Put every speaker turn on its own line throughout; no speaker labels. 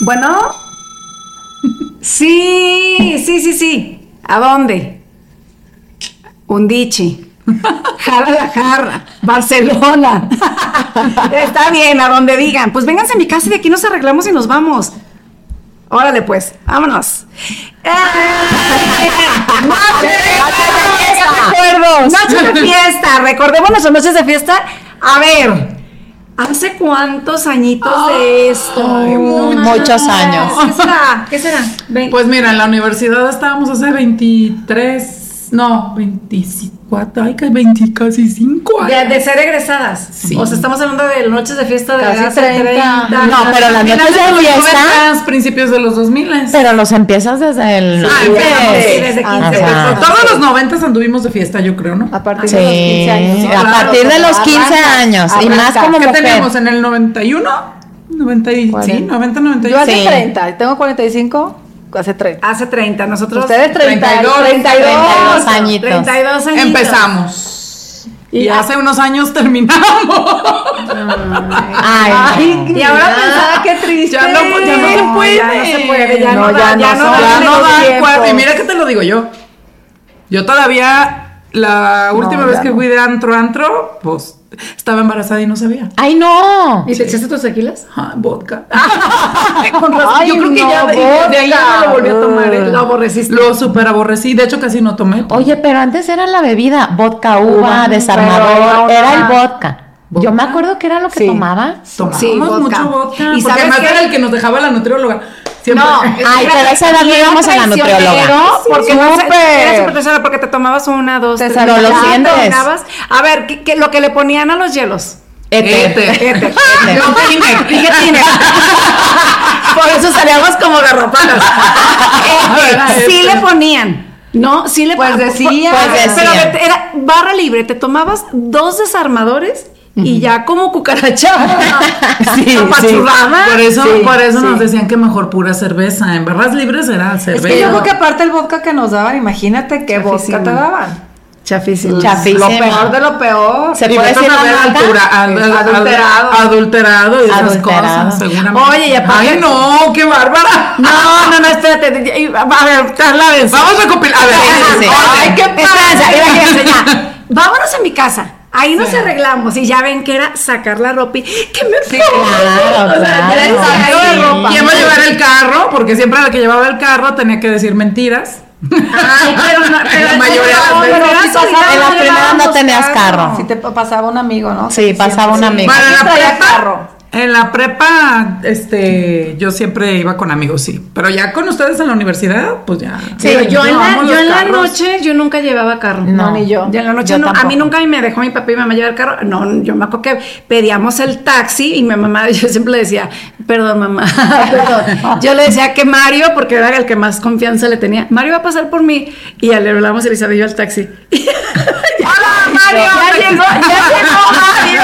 Bueno. Sí, sí, sí, sí. ¿A dónde? Undichi. Guadalajara, Barcelona. Está bien, a donde digan. Pues vénganse a mi casa y de aquí nos arreglamos y nos vamos. Órale, pues, vámonos. ¡Eh! ¡Noche de fiesta! ¡Noche de fiesta! Recordemos nuestras noches de fiesta. A ver, ¿hace cuántos añitos de esto?
Muchos años.
¿Qué será? ¿Qué será? Ve-
Pues mira, en la universidad estábamos hace 23, no, 24, ay, que 20, casi 5 años.
de, de ser egresadas.
Sí.
O sea, estamos hablando de noches de fiesta de
Casi
hace
30.
30.
No, pero las
Finales
noches
de
de
los
fiesta.
90s, principios de los 2000.
Pero los empiezas desde el.
Ah, empezamos, sí,
desde
Ah,
15,
ajá.
pero
Todos los 90 anduvimos de fiesta, yo creo, ¿no?
A partir
Sí,
de los 15 años. ¿no?
a
Claro,
partir de
pero
los 15
arranca,
años. Y
arranca.
más como
¿Qué
mujer.
tenemos? ¿En el 91? 90 y, sí,
40.
90,
Yo
91.
hace
Sí.
30, tengo 45, hace 30.
Hace 30, nosotros.
Ustedes 30,
32,
32,
32 años. añitos.
32 años.
Empezamos.
Y
Y
ya-
hace unos años terminamos.
Ay, no.
Ay,
Y ahora pensaba qué triste.
Ya no, ya no se puede.
Ya no se puede, ya no,
No,
da,
ya
ya
no
no,
son-
da.
Ya no
los
da el
tiempos.
cuerpo. Y mira que te lo digo yo. Yo todavía, la última
ya
vez que
no.
fui de antro, antro, pues estaba embarazada y no sabía.
Ay, no.
¿Y te echaste tus tequilas?
Ah, vodka. Con razón,
Ay,
yo creo que
no,
ya de, de ahí ya no lo volví a tomar. ¿eh?
Lo aborreciste.
Lo super aborrecí. De hecho, casi no tomé.
Oh,
Oye, pero antes era la bebida, vodka, uva,
Uva,
desarmador,
pero era
era el
una-
vodka.
¿Vodka?
Yo me acuerdo que era lo que
Sí.
tomaba.
Tomamos
Sí, vodka.
mucho vodka.
¿Y
porque
sabes
además
qué?
era el que nos dejaba la nutrióloga. Siempre.
No,
Ay, pero a esa edad no íbamos a la nutrióloga.
Porque no sé,
Súper.
era súper traicionera porque te tomabas una, dos,
Te
tres.
sabía
ya
los
te
dientes.
dominabas. A ver, ¿qué, qué- lo que le ponían a los hielos.
Éter.
Éter.
Éter.
No tiene.
Por eso salíamos como garrapatas.
Era
Eh, sí
éter.
le ponían. No, sí le
Pues
po-
decían.
Pues
Pero
decían.
vete, era barra libre, te tomabas dos desarmadores y ya como cucaracha.
sí.
apachurrada.
Por eso,
Sí,
por eso
sí.
nos decían que mejor pura cerveza. En barras libres era
Es
cerveza.
que yo creo que aparte el vodka que nos daban, imagínate qué vodka
Chafísimo.
te daban.
Chafísimo.
Chafísimo.
Lo peor de lo peor.
Se
Y
puede
vete
decir
a
la
ver
marca?
altura- Ah, al- al- al-
Adulterado.
adulterado y esas
Adulterado.
cosas, seguramente.
Oye, y aparte-
Ay, no, qué bárbara.
No, no, no, espérate. y- y- A ver, trasladense.
Vamos a compilar. A ver,
sí.
orden.
Esperanza, mira que ya sé, ya. Vámonos a mi casa. Ahí nos arreglamos. Y ya ven que era sacar la ropa y que me pongo?
claro,
ya
claro.
está,
Ay,
de ropa.
¿Quién va a llevar el carro? Porque siempre la que llevaba el carro tenía que decir mentiras.
Ay, pero no, pero
la mayoría
no,
de las
pero
veces.
era
sí
solitario,
pasaba,
En las
no
primeras no
llevábamos
tenías carro.
Si te pa- pasaba un amigo, ¿no?
Sí, pasaba un amigo.
Bueno, en la
traía
prepa,
carro.
en la prepa, este, yo siempre iba con amigos, sí. Pero ya con ustedes en la universidad, pues ya.
Pero yo en la,
Llevamos
yo
los
en la
carros.
noche yo nunca llevaba carro.
No,
ni yo.
en la noche
Yo
no, a mí
tampoco.
nunca me dejó mi papá y mi mamá llevar carro. No, yo me acuerdo que pedíamos el taxi y mi mamá, yo siempre le decía, perdón mamá, perdón. Yo le decía que Mario, porque era el que más confianza le tenía, Mario va a pasar por mí. Y ya le hablamos y le decía yo al taxi. ¡Hola Mario! ¡Ya llegó! ¡Ya llegó Mario!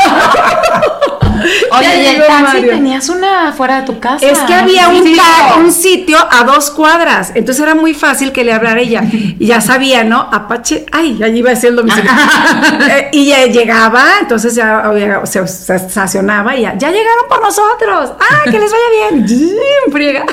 Ya
Oye, y el
llegó
taxi
Mario.
tenías una fuera de tu casa.
Es que había
Sí,
un,
sí.
ca- un sitio a dos cuadras, entonces era muy fácil que le hablara ella. Y ya sabía, ¿no? Apache, ay, allí iba a ser el domicilio. Eh, y ya llegaba, entonces ya había- se, se estacionaba y ya, ya llegaron por nosotros. ¡Ah, que les vaya bien! ¡Yim! ¡Friega!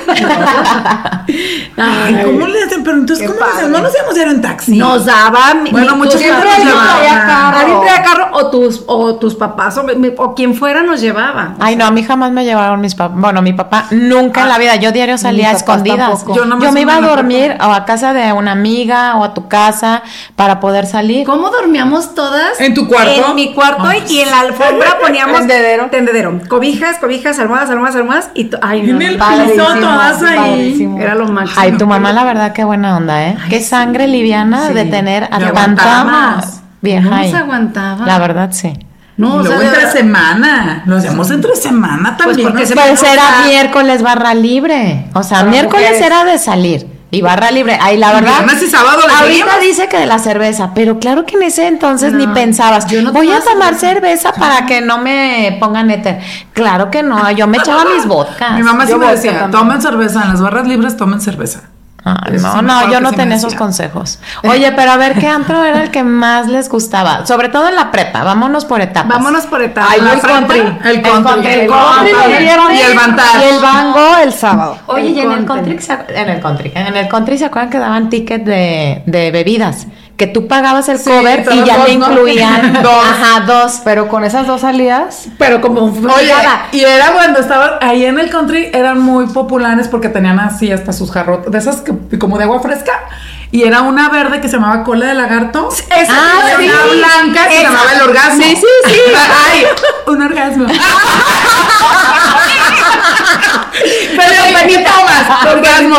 Ay, ¿cómo le hacen? Pero entonces, ¿cómo le hacen? No nos íbamos a ir en taxi.
Nos daban.
Bueno, muchos
siempre
carros
alguien traía
llevaban.
carro.
Alguien traía carro o tus, o tus papás o, me- me- o quien fuera nos llevaba.
Ay, no, a mí jamás me llevaron mis papás. Bueno, mi papá nunca en la vida. Yo diario salía a
papás
escondidas.
tampoco.
Yo
Yo,
nomás
me iba
iba
a
a la
dormir o a casa de una amiga o a tu casa para poder salir.
¿Cómo dormíamos todas?
¿En tu cuarto?
En mi cuarto
Ah.
y en la alfombra poníamos
Tendedero.
tendedero. Cobijas, cobijas, almohadas, almohadas, almohadas y to- ay no.
En el
Padrísimo,
piso todas ahí.
padrísimo.
Era lo máximo.
Ay, tu mamá, la verdad, qué buena onda, ¿eh? qué sangre liviana de tener a
Ya
tanta
aguantabas.
No
vieja
nos
ahí.
aguantaba.
La verdad, sí.
No, o sea,
Luego
de
entre
verdad.
semana. Lo hacíamos entre semana también.
porque
¿no?
se-
Pues
me
era
gusta.
miércoles barra libre. O sea,
Para
miércoles
mujeres.
era de salir y barra libre. Ay, la verdad.
Viernes y sábado le
Ahorita
seguíamos.
dice que de la cerveza, pero claro que en ese entonces ni pensabas.
yo no
voy a
tomaba
tomar cerveza para que no me pongan éter. Claro que no, yo me echaba mis vodkas.
Mi mamá
Yo
siempre
vodka
decía,
también.
tomen cerveza, en las barras libres tomen cerveza.
Ah,
Eso sí
no,
me
no,
acuerdo
yo
que
no
se me
tenía esos
decía.
consejos. Oye, pero a ver qué antro era el que más les gustaba, sobre todo en la prepa. Vámonos por etapas.
Vámonos por etapas.
Ay,
La
el
prepa-
country. El
El country. El
country.
country
lo
lo
vieron.
vieron. Y el Bantar.
Y el bango el sábado.
Oye,
El
y en el
country.
country, se acu- en el country, ¿eh? en el country se acuerdan que daban ticket de, de bebidas, que tú pagabas el
Sí,
cover y
todos
ya
dos,
te
¿no?
incluían
Dos.
ajá, dos.
Pero con esas dos salidas,
Pero como
Oye,
Nada.
y era cuando estaban ahí en el country, eran muy populares porque tenían así hasta sus jarrotas, de esas que, como de agua fresca, y era una verde que se llamaba cola de lagarto.
Esa
Ah,
era
sí.
una blanca que se
Esa.
llamaba el orgasmo.
Sí, sí, sí.
Ay,
Un orgasmo.
pero ¿para qué tomas?
Pues,
Orgasmo.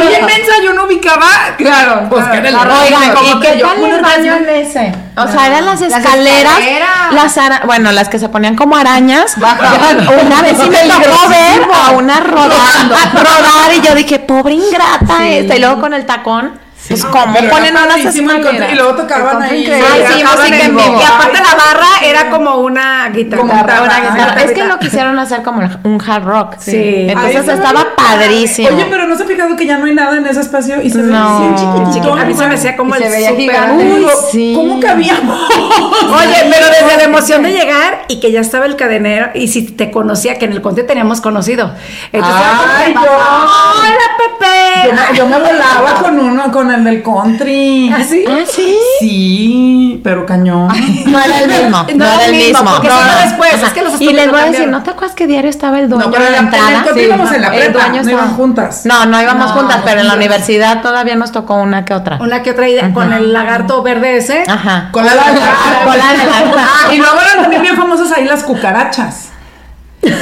Oye, mensa, yo no ubicaba.
Claro,
Pues
claro.
que era el
Oigan,
orgasmo,
¿y
¿cómo te
qué
yo?
tal
Un
el
orgasmo.
baño en ese? O sea, eran las escaleras,
escaleras.
las ara- bueno, las que se ponían como arañas. Una vez sí me tocó
Peligrosísimo.
ver a una rodando, rodar y yo dije, pobre ingrata esta. Y luego con el tacón, pues cómo
Pero era
ponen unas
padrísimo el country,
escaleras.
Y luego tocaban
El country
ahí.
increíble.
Ay,
Sí,
sí,
tocaban
música
en
en
vivo.
vivo. Y aparte la barra era como una guitarra.
Como una barra,
una
ajá.
No,
guitarra.
es que lo quisieron hacer como un hard rock.
Ah, Sí.
Ay,
Entonces
no,
estaba
no, no.
padrísimo.
Oye, pero no se ha fijado que ya no hay nada en ese espacio y se ve
No.
bien chiquitito.
A mí Ah. se me hacía como
Y
el
se veía
super...
gigante.
Uy,
Uy, sí.
sí. ¿Cómo cabíamos?
Oye, pero desde la emoción de llegar y que ya estaba el cadenero y si te conocía, que en el conte teníamos conocido. Entonces,
Ay,
era como,
yo- Yo
¡Hola, Pepe!
me, yo me volaba con uno, con el del country.
¿Así?
¿Ah, sí?
Sí, pero cañón.
No era el mismo. No,
No,
era el
mismo,
mismo.
porque
No,
eso fue
no.
después,
Ajá.
es que los
y
estúpidos
les voy a
lo
decir,
cambiaron.
¿no te acuerdas que diario estaba el dueño
No,
en
pero
la
en la- en el
entrada?
corte íbamos en la
el
prepa,
dueño
no iban
estaba-
juntas.
No, no íbamos
No,
juntas, pero en la
juntas.
universidad todavía nos tocó una que otra.
Una que otra idea, con el lagarto verde ese.
Ajá.
Con la Ah,
Cola de lagarto.
Y luego eran también bien famosas ahí las cucarachas.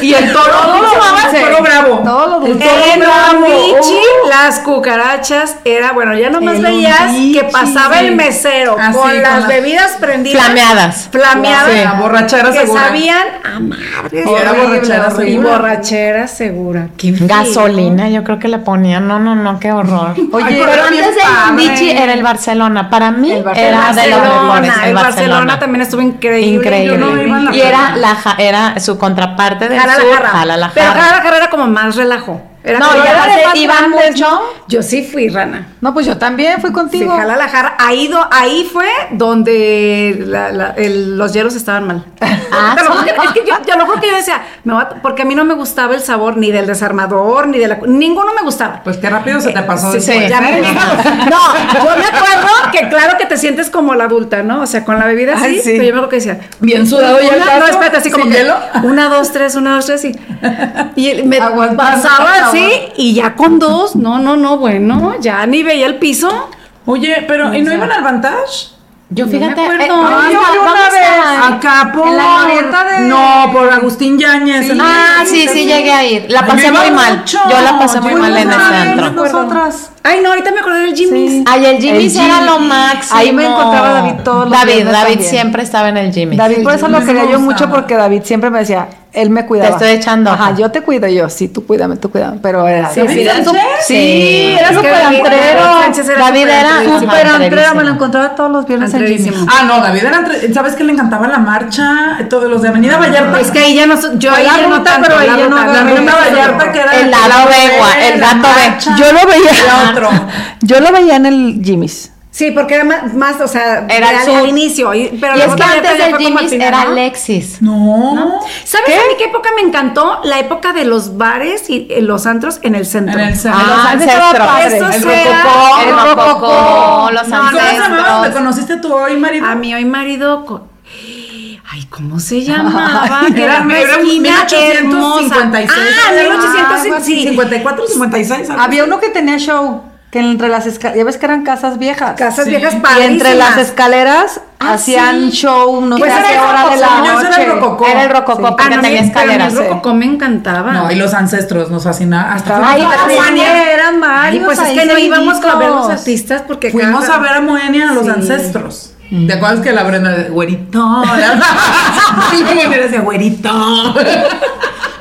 Y el toro,
¿Cómo
¿cómo
se llamaba?
se-
Toro bravo.
Todo lo dulce.
En
bravo.
Amici, las cucarachas era, bueno, ya nomás
El
veías
Amici.
que pasaba el mesero
Ah, sí,
con
con
las
las-
bebidas prendidas.
Flameadas.
Flameadas.
Sí.
La borrachera
que
segura.
sabían a madres.
Y era
Horrible,
borrachera
horrible.
segura.
borrachera segura. Qué feo.
Gasolina, yo creo que le ponían. No, no, no, qué horror.
Oye,
Ay,
Pero
era bien
antes eh, del
padre.
Vichy era el Barcelona. Para mí
El Barcelona.
era de los mejores.
Barcelona, el Barcelona también estuvo increíble.
Increíble.
Yo no iba a la
y
playa.
era, la, ja- era su contraparte del
Jala la
sur,
jarra.
Guadalajara.
Pero Guadalajara era como más relajo. Era
No,
como-
y
era
aparte
de más
iban
grandes,
mucho.
¿no? Yo sí fui rana.
No, pues yo también fui
Sí,
contigo.
jala la jarra. Ahí, do- ahí fue donde la- la- el- los hielos estaban mal.
Ah,
Te lo juro que- es que yo, yo lo juro que yo decía, me voy a- porque a mí no me gustaba el sabor ni del desarmador, ni de la... Ninguno me gustaba.
Pues qué rápido se te pasó.
Sí,
después.
ya me dijo. No, yo me acuerdo que claro que te sientes como la adulta, ¿no? O sea, con la bebida
Ay,
sí,
sí.
pero yo me acuerdo que decía,
Bien sudado ya el
una- no,
vaso,
espérate, así como
sin
que
hielo.
una, dos, tres, una, dos, tres, y, y me
Aguantando, por
pasaba
favor.
así, y ya con dos, no, no, no, bueno, ya ni veía el piso.
Oye, pero ¿y no iban al Vantage?
Yo fíjate.
acuerdo.
eh,
No, yo
¿dónde está-
fui una
dónde está?
Acá por.
en la glorieta de-
No, por Agustín Yáñez. en-
Ah, sí, sí, llegué a ir. La
Ay,
pasé
yo iba
muy mal.
mucho.
Yo la pasé muy
Yo
mal
iba
en ese
mucho.
antro.
Nosotras.
Ay, no, ahorita me acordé del Jimmy's.
Ay, el Jimmy's
El
era lo
Jimmy's.
máximo.
Ahí me encontraba David todos los
David,
viernes
David
también.
siempre estaba en el Jimmy's.
David, por eso lo
Jiménez
quería
me
yo
gustaba.
mucho porque David siempre me decía, él me cuidaba.
estoy echando ojo.
Ajá, yo te cuido y yo, sí, tú cuídame, tú cuídame. Pero era.
Sí,
David
sí,
era
sí.
su- sí, era
Es que
súper
David-
antrero.
Sánchez era
David era
superantrero.
Súper
Ajá,
antrero, me lo
antrerísimo.
encontraba todos los viernes en
Antrerísimo.
Jimmy's.
Ah, no, David era. entre- ¿Sabes que le encantaba la marcha? Todos los de Avenida Vallarta.
Es que ahí ya no, so- yo ahí
la
ya no
ruta,
tanto,
pero ahí
la
ya
ruta,
no
la
agarré
ruta
Avenida
nada.
sí,
Vallarta que era.
El lado Begua, el gato
B.
Begua.
Yo lo
Y
veía.
otro.
Yo lo veía en el Jimmy's.
Sí, porque era más, más, o sea,
Era el
al,
sur.
al inicio. y- pero
Y
la
es que
otra
antes
neta ya
del
fue como al
Jimmy's
final,
era
¿no?
Alexis.
No.
¿Sabes a mí qué época me encantó? La época de los bares y eh, los antros en el centro.
En el centro.
Ah,
Los ancestros.
ancestro.
Eso
El
sea-
rococó.
El
rococó.
rococó, los
No, no,
¿Cómo se llamaba? ¿Te
ancestros.
conociste tú hoy, marido?
A mi hoy marido. co- Ay, ¿cómo se llamaba? Que era una
Ah, era un
esquina hermosa.
1856.
Ah,
algo
1856.
así, 54, 56. algo
Había uno que tenía show, que entre las escaleras, ya ves que eran casas viejas.
Casas
Sí.
viejas
Y
y
padrísimas.
entre las escaleras
Ah,
hacían
sí.
show, no sé
Pues
a
era
qué
el
hora de la
rococó,
ese era el
noche.
rococó.
Era el rococó
Ah,
porque
no,
tenía
mi- pero
escaleras.
mi rococó me encantaba.
No, y los ancestros nos fascinaban. Hasta
Ay,
Las
Juania,
Juania.
eran
Ay,
varios
pues es
ahí
que no íbamos
seguiditos.
a ver los artistas porque
fuimos
cada-
a ver a Moenia a los
Sí.
ancestros. ¿Te acuerdas que la Brenda de güerito? Sí, que me decía, güerito.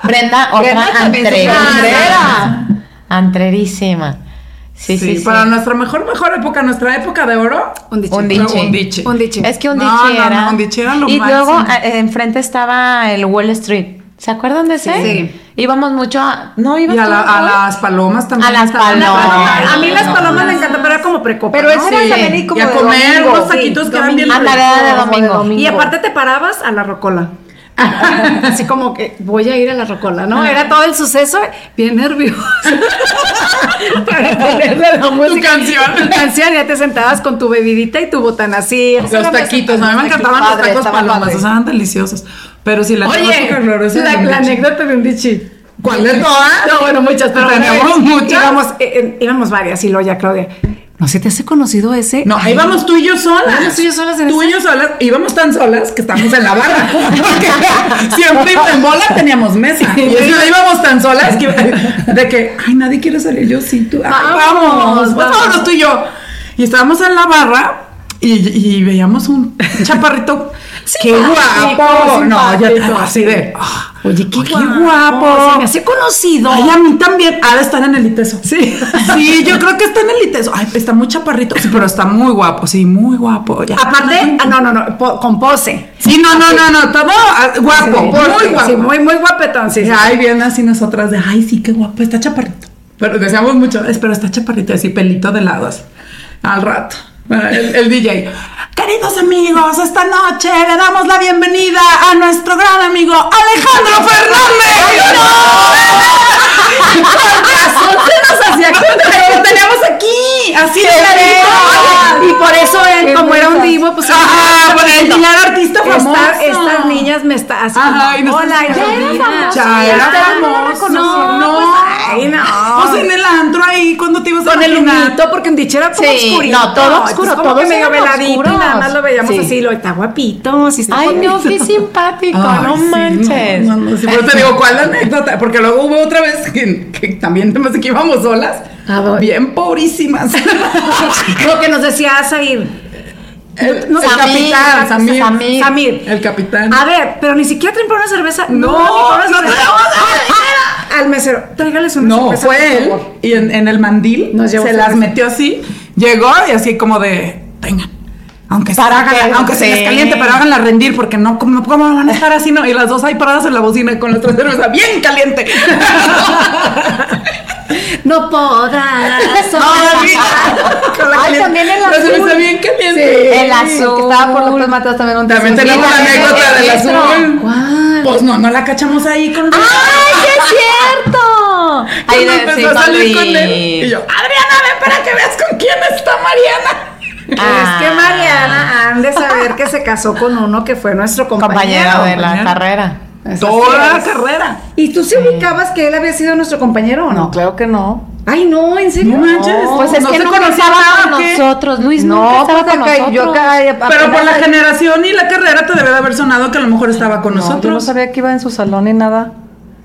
Brenda, otra
Brenda también es
antrera.
antrera.
Antrerísima. Sí, sí, sí.
Para nuestra mejor, mejor época, nuestra época de oro.
Un dicho.
Un dicho.
Un dicho.
Un dicho.
Es que un
No,
dichi
no,
era.
no, un dichi era lo
Y luego
máximo.
eh, enfrente estaba el Wall Street. ¿Se acuerdan de ese?
Sí.
Íbamos mucho a. No,
Y
íbamos
a, la- a las palomas también.
A las
estaban.
palomas.
A mí las precopa.
Pero
¿no?
es
Era
sí.
también-
también como
y a
de
comer
domingo,
unos taquitos
sí,
que eran bien
domingo.
Ah, la
ricos.
verdad. de domingo.
Y aparte te parabas a la rocola. Así como que voy a ir a la rocola, ¿no? Era todo el suceso, bien nervioso. Para ponerle la
Tu
música. Tu
canción.
canción, ya te sentabas con tu bebidita y tu botana así. Eso era
Los
mi
taquitos, a mí me
taquitos
encantaban los
padre,
tacos
estaba
palomas,
padre.
o sea, eran deliciosos. Pero si la
Oye,
conozco, claro, esa
la,
de Ah,
la
Michi.
anécdota de un dichi.
¿Cuál de todas?
No, bueno, muchas, pero
Tenemos
bueno,
muchas.
Íbamos, eh, eh, íbamos varias y luego ya, Claudia. ¿No se te hace conocido ese?
No, ahí vamos tú y yo solas.
Íbamos tú y yo solas en
Tú y yo solas. Íbamos tan solas que estábamos en la barra. Porque siempre en bola teníamos mesa. Y eso, íbamos tan solas que de que, ay, nadie quiere salir. Yo sí, tú. Ay,
Vamos,
vamos, vamos,
vamos.
tú y yo. Y estábamos en la barra y, y veíamos un chaparrito. ¡Qué guapo! No, yo estaba así de. ah,
Oye, qué, Oh,
Ay, qué guapo.
Se me hace conocido.
Ay, a mí también. Ahora están en el ITESO.
Sí.
Sí, yo creo que está en el ITESO. Ay, está muy chaparrito. Sí, pero está muy guapo. Sí, muy guapo. Ya.
Aparte, ah, no, no, no, po- con pose.
Sí, no, no, no, no. Todo ah, guapo.
Sí,
muy guapo.
Sí, muy, muy guapetón, sí. sí.
Ay, bien así nosotras de, ay, sí, qué guapo. Está chaparrito. Pero deseamos mucho. "Es, Pero está chaparrito, así pelito de lado. así. Al rato. El, el DJ. Queridos amigos, esta noche le damos la bienvenida a nuestro gran amigo Alejandro Fernández.
Pero lo teníamos aquí, así de clarito. Y por eso él,
Qué
como era un
brujas.
divo, pues.
Ah, por el
niño
niño era artista famoso.
Estas niñas me están así.
Ay,
como,
no
Hola,
sé si
ya
era
era
famoso.
famosa.
Ya era
Ah, no la
famoso.
reconocieron.
No.
Pues, ay, no.
O sea, en el antro ahí, cuando te ibas a
con el
imaginar?
humito, porque en dicho era como
Sí,
oscurito.
no, todo
Entonces,
oscuro,
como
todos
que medio
eran
veladito y nada más
oscuros.
lo veíamos
Sí.
así, lo está guapito, sí está
Ay,
bonito.
no, qué simpático,
Ay,
no
sí,
manches.
no, no, no, sí, por eso te digo, ¿cuál anécdota? Porque luego hubo otra vez que, que también me que íbamos solas.
A ver.
Bien pobrísimas.
Lo que nos decía Zair.
El,
No,
el
Samir,
capitán, Samir,
Samir.
Samir.
El capitán.
A ver, pero ni siquiera traen para una cerveza.
No,
ni para una
no
cerveza.
traemos
Al mesero, tráigales una
no,
cerveza.
fue
por
él.
favor.
Y en, en el mandil
Nos llevó
se las
cerveza.
metió así. Llegó y así como de, tengan. Aunque, se
Para
hagan-
que-
aunque se les
sí.
caliente, pero háganla rendir, porque no, como ¿cómo van a estar así? No, y las dos ahí paradas en la bocina con la otra cerveza bien caliente.
No podrás.
Ay,
también el
La cerveza
azul.
bien caliente.
El azul.
Que estaba por López Mateos también un
También
tesoro.
tenemos la
también
anécdota
el
del
registro.
azul.
¿Cuál?
Pues no, no la cachamos ahí con
¡Ay, sí es cierto! Ahí
Cuando
de-
empezó
sí,
a salir
Pablo
con él. Y yo, Adriana, ven para que veas con quién está Mariana.
Ah.
Es que Mariana han de saber que se casó con uno que fue nuestro compañero.
compañero de la
compañero.
carrera.
Así
Toda la
es.
carrera.
¿Y tú se ubicabas que él había sido nuestro compañero o no?
No, claro que no.
Ay, no, en serio.
No manches.
Pues es
No
que
se
no
conocía
estaba con
nada, ¿o qué?
nosotros, Luis no
No,
estaba
pues
con
acá,
nosotros.
yo acá.
Pero por la generación y la carrera te debe de haber sonado que a lo mejor estaba con
No, yo no
nosotros.
sabía que iba en su salón ni nada.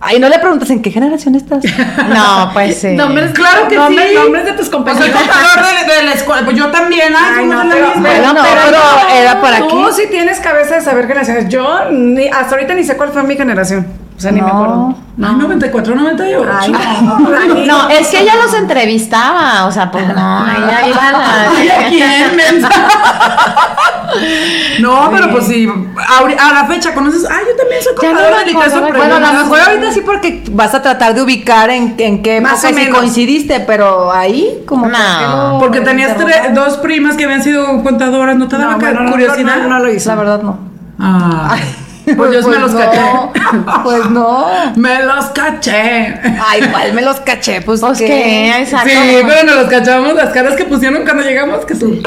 Ay, no le preguntas en qué generación estás.
No, pues sí.
Nombres-
Claro que
nombres-
sí.
Nombres de tus
Pues el
compañeros.
contador de, de la escuela. Pues yo también. Ay,
Ay,
somos
no,
de la
pero-
misma.
Bueno,
no,
pero
no,
era para aquí.
Tú sí tienes cabeza de saber generaciones. Yo ni- hasta ahorita ni sé cuál fue mi generación. O sea, ni me
No.
acuerdo.
Ay, 94, 98.
Ay, no, Dani.
No, es que ella los entrevistaba, o sea, pues no, ella iba a la-
Ay, ¿a quién, mensa? No, pero pues sí, ahori- a la fecha conoces, ah, yo también soy
Ya no
contadora
me
de Liteso,
acuerdo,
pero
Bueno,
yo no
a lo mejor
soy-
ahorita sí porque vas a tratar de ubicar en, en qué
Más o
época sí
menos.
coincidiste, pero ahí como que-
No.
Porque tenías tre- dos primas que habían sido contadoras, ¿no te
No,
daba ca-
bueno, no,
curiosidad?
no, no lo hizo.
la verdad no.
Ah, pues yo sí me los
no,
caché.
Pues no.
Me los caché.
Ay, igual me los caché, pues,
Pues
¿qué?
que, exacto.
Sí, pero nos los cachábamos las caras que pusieron cuando llegamos, que su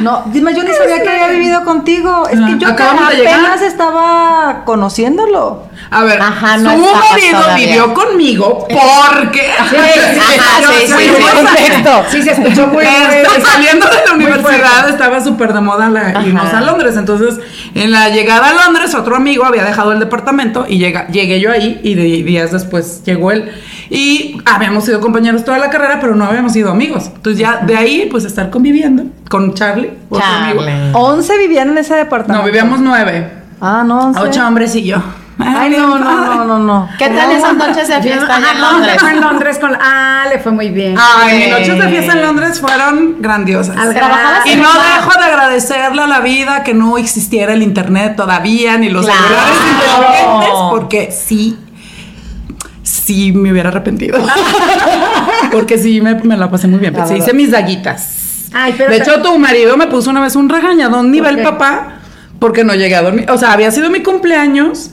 No, dime, yo ni sabía que había vivido contigo. Es que
Ah,
yo
acabamos de llegar.
apenas estaba conociéndolo.
A ver,
Ajá, no
su
estabas
marido
todavía.
vivió conmigo porque.
ajá,
Yo
sí,
soy
sí,
muy
sí,
buena.
contexto.
Sí, se escuchó muy bien.
Este, saliendo de la universidad estaba súper de moda la- irnos
Ajá.
a Londres. Entonces, en la llegada a Londres, otro amigo había dejado el departamento y llega, llegué yo ahí y de- días después llegó él. Y habíamos sido compañeros toda la carrera, pero no habíamos sido amigos. Entonces, ya de ahí, pues estar conviviendo con Charlie, otro amigo.
Charlie.
11 vivían en ese
Ah. No,
departamento.
vivíamos nueve.
Ah, no, once.
A ocho hombres y yo.
Ay, no, no, no, no, no.
¿Qué tal esas noches de fiesta allá en
Ajá, ¿cómo te
Londres?
fue en Londres con la- Ah, le fue muy bien.
Ay, mis
Sí.
noches de fiesta en Londres fueron grandiosas.
Al-
Trabajabas
Y
en
no
un bar.
dejo de agradecerle a la vida que no existiera el internet todavía, ni los
Claro.
celulares inteligentes, porque sí, sí me hubiera arrepentido. porque sí me, me la pasé muy bien.
La
Sí,
verdad.
hice mis daguitas.
Ay, pero-
de hecho, tu marido me puso una vez un regañadón nivel
qué?
papá porque no llegué a dormir. O sea, había sido mi cumpleaños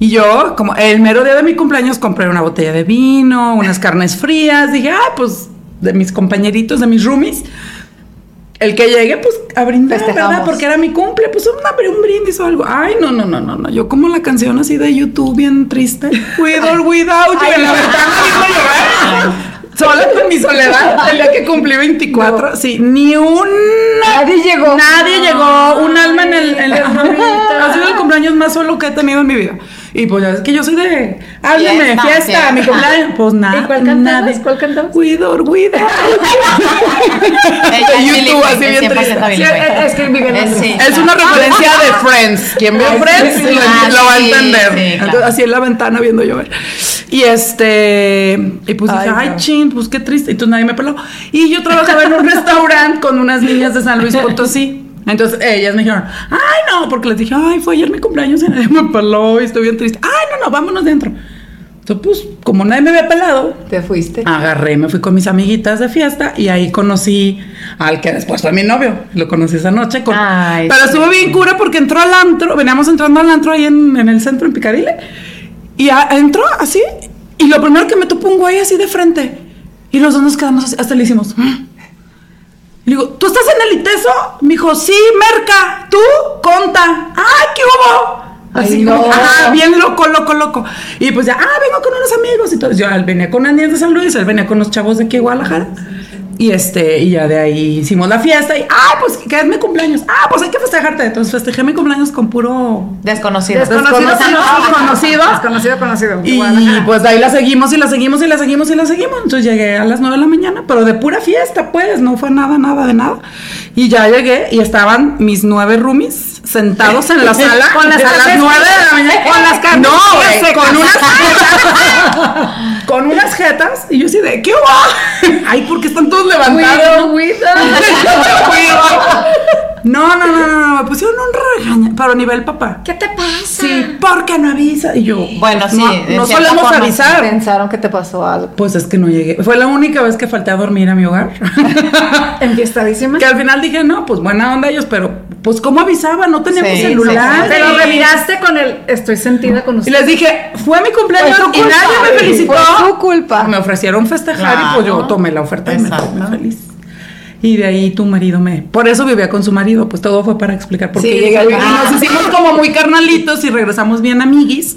y yo, como el mero día de mi cumpleaños, compré una botella de vino, unas carnes frías. Dije, ah, pues de mis compañeritos, de mis roomies. El que llegue, pues, a brindar, ¿verdad?
Festejamos.
Porque era mi cumple, pues, un, abre un brindis o algo. Ay, no, no, no, no, no. Yo como la canción así de YouTube, bien triste. With or without you, en la ventana, viendo llorar. Sola con mi soledad, el día que cumplí 24. Sí, ni un...
Nadie llegó.
Nadie llegó, un alma en el... en el- ha sido el cumpleaños más solo que he tenido en mi vida. Y pues ya es que yo soy de... Háblame,
Fiesta,
fiesta,
fiesta.
mi cumpleaños. Pues nada,
¿Y cuál cantabas?
nadie.
¿Cuál cantabas?
With or without
Ella es
YouTube,
bilingüe, es
así bien
100%
triste.
Sí,
bilingüe.
eh, es- es que Miguel
eh,
Es-
Ángel.
sí.
Es una referencia de Friends. Quien vio Friends
sí,
lo,
ah,
lo va a
sí,
entender.
sí, claro.
Entonces, así en la ventana viendo llover. Y este. Y pues dije, ay, chin, pues qué triste. Y entonces nadie me peló. Y yo trabajaba en un restaurante con unas niñas de San Luis Potosí. Entonces ellas me dijeron, ay, no, porque les dije, ay, fue ayer mi cumpleaños y nadie me peló y estoy bien triste. Ay, no, no, vámonos dentro. Entonces, pues, como nadie me había pelado,
Te fuiste.
Agarré, me fui con mis amiguitas de fiesta y ahí conocí al que después fue mi novio. Lo conocí esa noche. Con...
Ay,
Pero estuvo bien cura porque entró al antro, veníamos entrando al antro ahí en, en el centro, en Picadile. Y a- entró así. Y lo primero que me topó un güey así de frente. Y los dos nos quedamos así, hasta le hicimos. "Mm". Y le digo, ¿tú estás en el ITESO? Me dijo, sí, Merca, tú, conta. ¡Ay, qué hubo! Así
Ay,
como,
no.
ajá, bien loco, loco, loco. Y pues ya, ah, vengo con unos amigos. Y todo. Yo él venía con las niñas de San Luis, él venía con los chavos de aquí de Guadalajara. Y este, y ya de ahí hicimos la fiesta. Y, ah, pues que es mi cumpleaños. Ah, pues hay que festejarte. Entonces festejé mi cumpleaños con puro
Desconocido.
Desconocido,
Desconocido,
conocido.
conocido.
Desconocido, conocido.
Y
Guadalajara.
pues de ahí la seguimos y la seguimos y la seguimos y la seguimos. Entonces llegué a las 9 de la mañana, pero de pura fiesta, pues, no fue nada, nada de nada. Y ya llegué y estaban mis nueve roomies sentados en la sala
Con las
a las
carnes-
9 de la mañana.
con las carnes
No,
frías
güey,
secas.
con unas jetas. con unas jetas. Y yo así de, ¿qué hubo? Ay, porque están todos levantados. No, no, no, no, no, me pusieron un regaño, pero a nivel papá.
¿Qué te pasa?
Sí, porque no avisa. Y yo,
Bueno,
pues,
sí,
no,
en
no
cierta
solemos
forma.
avisar.
Pensaron que te pasó algo.
Pues es que no llegué. Fue la única vez que falté a dormir a mi hogar.
Enfiestadísima.
que al final dije, no, pues buena onda ellos, pero pues ¿cómo avisaba? No teníamos
Sí,
celular.
sí, sí.
Pero remiraste con el estoy sentida con
Y
usted.
les dije, fue mi cumpleaños
Fue tu
y
culpa,
nadie me
güey,
felicitó.
fue tu culpa.
Ah, Me ofrecieron festejar y pues yo tomé la oferta y me
Exacto.
tomé feliz. Y de ahí tu marido me... Por eso vivía con su marido, pues todo fue para explicar por qué
Sí,
llegué a vivir.
ah.
Y Nos hicimos como muy carnalitos y regresamos bien amiguis.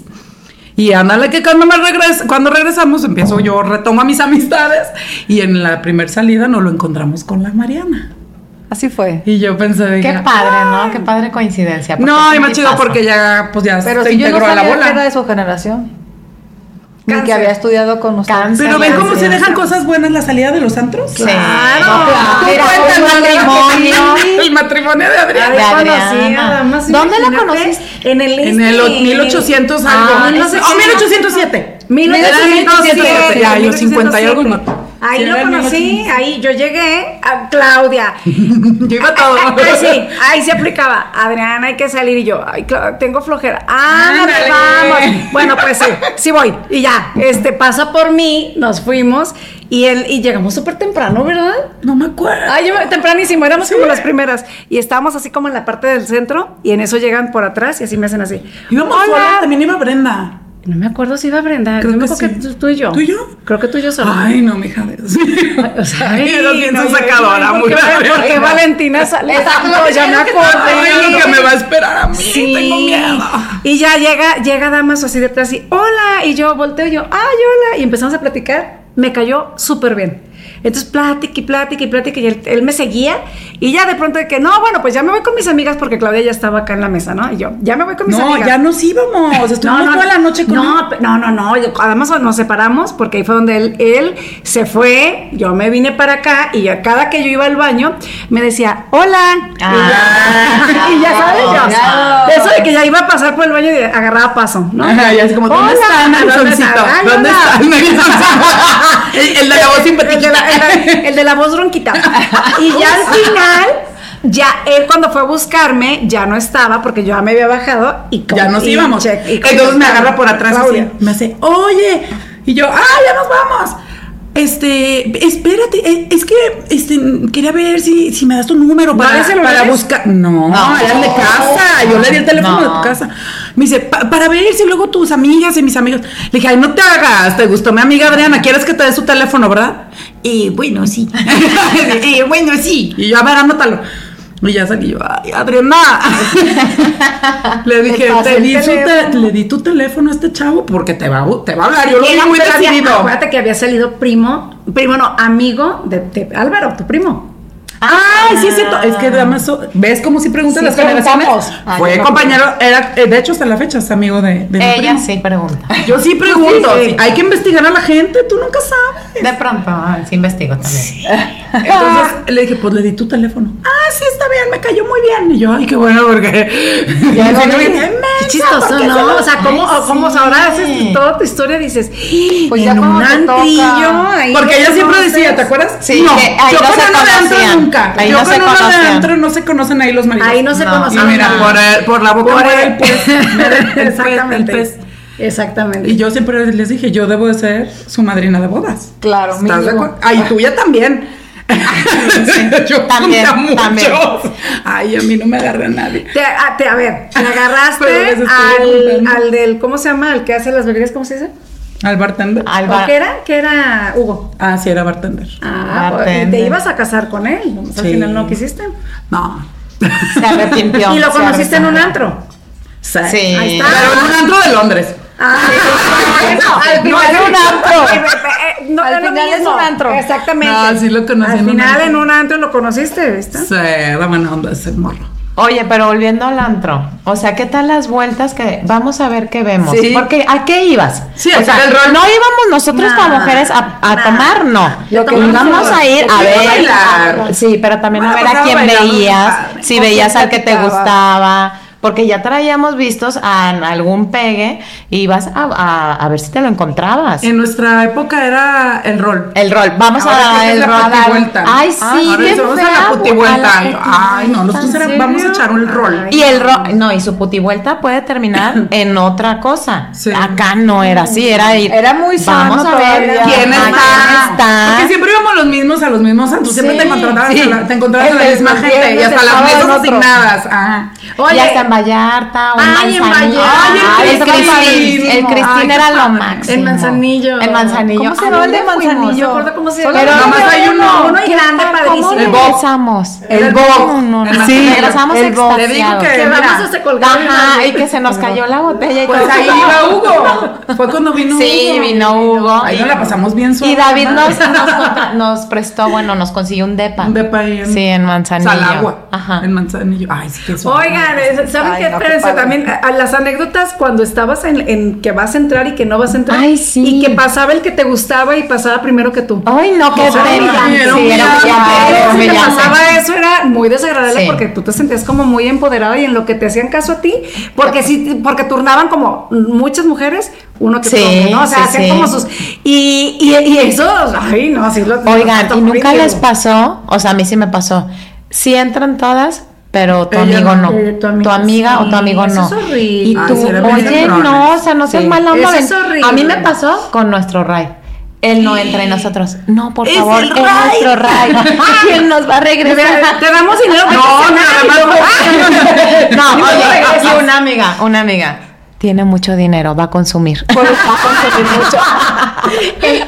Y ándale que cuando me regres cuando regresamos empiezo yo, retomo a mis amistades y en la primer salida nos lo encontramos con la Mariana.
Así fue.
Y yo pensé, de
Qué
que,
padre, ¿no? Qué padre coincidencia. porque es
No, y
un
más chido
tipazo.
porque ya pues ya
Pero
se
si yo no
integró a la
sabía
bola.
que era de su generación. Ni que
Cáncer.
había estudiado con nosotros.
Cáncer.
Pero ven cómo
Sí,
se dejan cosas buenas la salida de los antros.
Sí.
Claro.
No,
Tú
Mira,
Cuenta el
un Ah, matrimonio.
matrimonio. El matrimonio de Adrián.
Ahí
de
conocí a
Adriana.
nada más,
¿Dónde la
imagínate,
conociste?
En el
En el o- 1800 algo.
Ah,
no
ese
sé, oh,
sí.
o 1807.
1807.
Ya, yo 50 y algo. no.
Ahí
Sí,
lo
era el
conocí,
1807.
ahí yo llegué a Claudia.
Yo iba todo.
Ahí sí, ahí se aplicaba. Adriana, hay que salir y yo, ay, Cla- tengo flojera. Ah,
Ándale.
vamos. Bueno, pues sí, sí voy. Y ya, este pasa por mí, nos fuimos y él y llegamos súper temprano, ¿verdad?
No me acuerdo.
Ay, yo me- tempranísimo, éramos como las primeras. Y estábamos así como en la parte del centro y en eso llegan por atrás y así me hacen así.
Íbamos
Hola.
sola, también iba Brenda.
No me acuerdo si iba Brenda.
Creo
no me
que
acuerdo
sí.
que tú, tú y yo.
¿Tú y yo?
Creo que tú y yo solo.
Ay, no, mija. Dios mío.
O sea,
Ay, eres bien
no, yo-
sacadora,
¿por
muy
qué- ¿Por qué Valentina sale? tanto? ya me acordé.
Ay, lo que me va a esperar a mí.
Sí.
Tengo miedo.
Y ya llega, llega Damaso así detrás y hola. Y yo volteo y yo, ay, hola. Y empezamos a platicar. Me cayó súper bien. Entonces plática y plática y plática y él, él me seguía y ya de pronto de que no, bueno, pues ya me voy con mis amigas porque Claudia ya estaba acá en la mesa, ¿no? Y yo, ya me voy con mis
No,
amigas.
ya nos íbamos. Estuvimos toda la noche con él.
No, pe- no, no, no. yo- Además nos separamos porque ahí fue donde él, él se fue, yo me vine para acá y ya cada que yo iba al baño me decía, hola. Y
Ah,
ya- y, ya, sabes, yo,
claro.
de eso de que ya iba a pasar por el baño y agarraba paso, ¿no?
Ajá, y así como, ¿dónde
Hola,
están, Alzoncito?
Ay,
¿Dónde
hola.
están, Alzoncito? El, el de la voz
El de la,
simpática.
el de- el de la voz ronquita. Y ya al final, ya él cuando fue a buscarme, ya no estaba porque yo ya me había bajado y con-
Ya nos
y
íbamos.
check- y-
Entonces me agarra por atrás
Claudia.
así, me hace, oye. Y yo, ah, ya nos vamos. este, espérate, eh, es que este, quería ver si, si me das tu número para,
había celulares?
para buscar. No,
No.
era el de casa. Yo le di el teléfono
No.
de tu casa. Me dice, "Pa- para ver si luego tus amigas y mis amigos. Le dije, ay, no te hagas, te gustó mi amiga Adriana, ¿quieres que te dé su teléfono, verdad? Y bueno, sí. y bueno, sí. Y yo, a ver, anótalo. Y ya salí yo, ay, Adriana. le dije,
pasé
te
el
di, su te-
teléfono.
le di tu teléfono a este chavo porque te va, a bu- te va a hablar. Yo lo
Y
vi muy
decía,
decidido.
Acuérdate que había salido primo, primo no, amigo de, de Álvaro, tu primo.
Ay, sí es cierto. Es que además, so- ¿ves cómo si preguntas
Sí,
las generaciones?
preguntamos. Ah,
Fue
yo no
compañero, era, eh, de hecho, hasta la fecha es amigo de, de mi
Ella
primo.
sí pregunta.
Yo sí pregunto.
Sí, sí.
Hay que investigar a la gente, tú nunca sabes.
De pronto, ah, sí investigo también.
Entonces le dije, pues le di tu teléfono. Ah, sí, está bien, me cayó muy bien. Y yo, ay, qué bueno, porque.
Ya
Sí,
no
me-
vi.
mensa,
Qué
¿por
chistoso,
qué se
¿no?
lo-
O sea, ¿cómo,
Ay,
cómo
sí.
ahora haces toda tu historia? Dices,
Pues
pues
ya
en
cuando
un
te toca.
antrillo. ahí
Porque ella
no
siempre
conoces.
decía, ¿te acuerdas?
Sí,
no,
que ahí
yo
no se
con uno de antro
conocían.
nunca.
Ahí
yo
no
con
se
uno de
conocían.
antro no se conocen ahí los maridos.
Ahí no se
No.
Y
conocían.
mira,
nada.
por, el- por la boca
Por
muere
el-
el pez. muere el pez,
Exactamente.
el pez.
Exactamente.
Y yo siempre les dije, yo debo de ser su madrina de bodas.
Claro,
¿Estás de
mínimo.
acuerdo? Ay, tuya también. yo
También,
también,
también.
Ay, a mí no me agarra nadie.
Te, a, te- a ver, te
Pero les
agarraste
estoy
al,
contando.
al del, ¿cómo se llama? Al que hace las bebidas, ¿cómo se dice?
Al bartender.
¿O qué era? ¿Qué era Hugo?
Ah, sí, era bartender.
Ah, pues, y te
Bartender.
ibas a casar con él, nomás al
Sí.
final no quisiste.
No.
Se arrepintió.
y lo
se
conociste en un
arrepintió.
antro.
Sí.
Sí.
Ahí está.
Pero en un antro de Londres.
Ah, bueno, al
No,
final-
era un antro.
Eh, eh, no
Al
era lo
final es
mismo.
un antro.
Exactamente.
No, Ah, sí lo conocí
Al
en un
final
antro.
en un antro lo conociste, ¿viste?
Sí, da buena onda ese morro.
Oye, pero volviendo al antro, o sea, ¿qué tal las vueltas que vamos a ver qué vemos?
Sí.
Porque ¿a qué ibas?
Sí,
o
a
sea,
sacar el rol.
no íbamos nosotros como
Nah,
mujeres a, a
nah.
tomar, no.
Lo que
íbamos
íbamos
a ir
a
a ver.
bailar.
Sí, pero también a
Bueno,
ver
pues,
a
a
quién
bailar,
veías,
pues,
si
con quién
veías al que te
platicabas.
gustaba, porque ya traíamos vistos a algún pegue y ibas a, a- a ver si te lo encontrabas.
En nuestra época era el rol.
El rol, vamos
Ahora
a
sí
dar
es
el
la
rol.
putivuelta.
Ay, sí,
Ahora
bien
eso, vamos a la
feo,
putivuelta.
a la
Ay, no, nosotros
putivuelta.
era- vamos a echar un rol.
Y el ro no, y su putivuelta puede terminar en otra cosa.
Sí.
Acá no era así, era ir.
Era muy sano
Vamos a ver
todavía.
¿Quién
ajá,
está?
¿Quién está?
Porque siempre íbamos los mismos a los mismos antros. Siempre
Sí,
te encontrabas,
sí.
a la, te encontrabas
El
a la
del
misma
mantel
gente y
se
hasta las
estaba en
mesas
otro.
asignadas. Ajá.
Y
Oye,
hasta en Vallarta, o
Ay, en
Manzanillo.
Vallarta.
Ay, el
Ay,
Cristín.
padrísimo.
El
Ay,
Cristín
qué
era lo
padre.
máximo.
En Manzanillo.
En Manzanillo.
¿Cómo se
¿A
llama el de
dónde fuimos?
Manzanillo?
yo recuerdo cómo se
Solo
llama.
Pero
Nada más hay uno.
Uno y grande,
¿Cómo
padrísimo.
El Bob.
regresamos?
El El
No,
bobo.
no, sí, regresamos
el bobo. Te digo
extasiados.
que,
Que
mira,
vamos a se colgar.
Ajá, y que se nos cayó la botella y
pues
todo.
ahí iba Hugo. Fue cuando vino
Sí,
Hugo.
vino Hugo.
Ahí nos la pasamos bien suave.
Y David
¿verdad?
nos, nos, contra- nos prestó, bueno, nos consiguió un depa.
Un depa ahí en-
Sí, en Manzanillo.
Salagua.
Ajá.
En Manzanillo. Ay, sí que suave.
Oigan, eh, ¿saben
Ay,
qué?
no, qué
Espérense
padre.
también a- a las anécdotas cuando estabas en, en que vas a entrar y que no vas a entrar.
Ay, sí.
Y que pasaba el que te gustaba y pasaba primero que tú.
Ay, no, qué
O sea,
pena. Sí, era
me dieron miedo,
humillante,
me
era
Pero si
dieron
te
humillante.
pasaba eso era muy desagradable
Sí.
porque tú te sentías como muy empoderada y en lo que te hacían caso a ti, porque sí, porque turnaban como muchas mujeres, uno que
Sí,
otro hombre, ¿no? O sea,
sí,
hacían
sí.
como sus y, y, y eso, ay no, así lo
Oigan,
lo-
¿y nunca les
horrible.
pasó? O sea, a mí sí me pasó. Sí entran todas, pero tu
Ella
amigo
no,
no.
eh, tu
tu,
amigo
amiga
sí,
o tu amigo
eso
no.
es horrible. Ah,
Y
Ay,
tú,
sí, era bien
oye,
entrona.
no, o sea, no seas
Sí.
mala onda.
Eso
ven.
es horrible.
A mí me pasó con nuestro Ray. Él no entra y nosotros. No, por
¡Es
favor,
el
es
Ray!
nuestro Ray. Él nos va a
Te,
regresar.
te damos dinero para
No,
que
nada
se-
más fue-
No,
Y
oye,
luego
aquí
regresas.
una amiga, una amiga. Tiene mucho dinero, va a consumir.
Pues, Ese-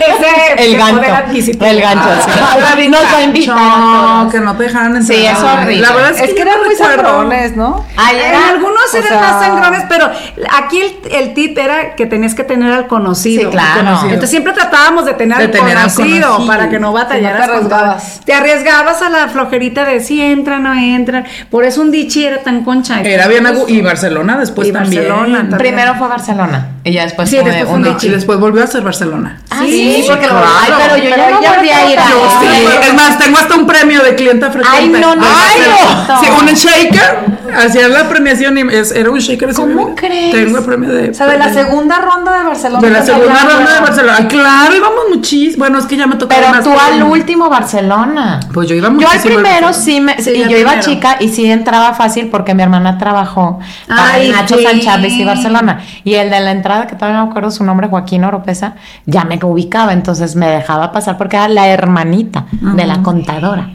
El
que
gancho.
poder adquisitivo.
El gancho, sí.
Ah, David
Nos va a invitar a
No,
todas.
que no te dejaron entrar.
Sí, es horrible.
La verdad es que,
Es que
yo no
eran muy
recuerdo.
sabrones, ¿no?
Ay,
En
era-
algunos
o
eran
sea-
más sangrones, pero aquí el, el tip era que tenías que tener al conocido.
Sí, claro.
Al conocido. Entonces siempre tratábamos de tener,
De
al,
tener al
conocido
conocido.
para que no batallaras.
te
con todo.
arriesgabas.
Te arriesgabas a la flojerita de si entran o no entran. Por eso un dichi era tan concha.
Era bien agu- y Barcelona después
Y
también.
Barcelona también.
Primero fue Barcelona y ya después
Sí,
fue
después fue
uno.
No, y después volvió a ser Barcelona.
Ah,
Sí,
sí, porque lo
claro.
Ay, pero yo ya
Pero
no
ya
volví a ir a
Yo sí,
Ay,
es más, tengo hasta un premio de clienta frecuente.
Ay, no, no,
De
no.
Barcelona. Sí, un shaker, hacía la premiación y es- era un shaker. así
¿Cómo
de-
crees?
Tengo el premio de...
O sea, de la
de-
segunda ronda de Barcelona.
De la
Ya
segunda
sabía,
ronda de
bueno.
Barcelona. Ay, Claro, íbamos muchísimo. Bueno, es que ya me tocó
Pero
más
tú
que-
al último Barcelona.
Pues yo iba
Yo
muchísimo.
al primero sí me,
Sí,
y
al
yo iba
primero.
chica y sí entraba fácil porque mi hermana trabajó para
Ay,
Nacho
sí.
San Chávez y Barcelona. Y el de la Guadalajara, que todavía no me acuerdo su nombre, Joaquín Oropesa, ya me ubicaba, entonces me dejaba pasar porque era la hermanita de la contadora.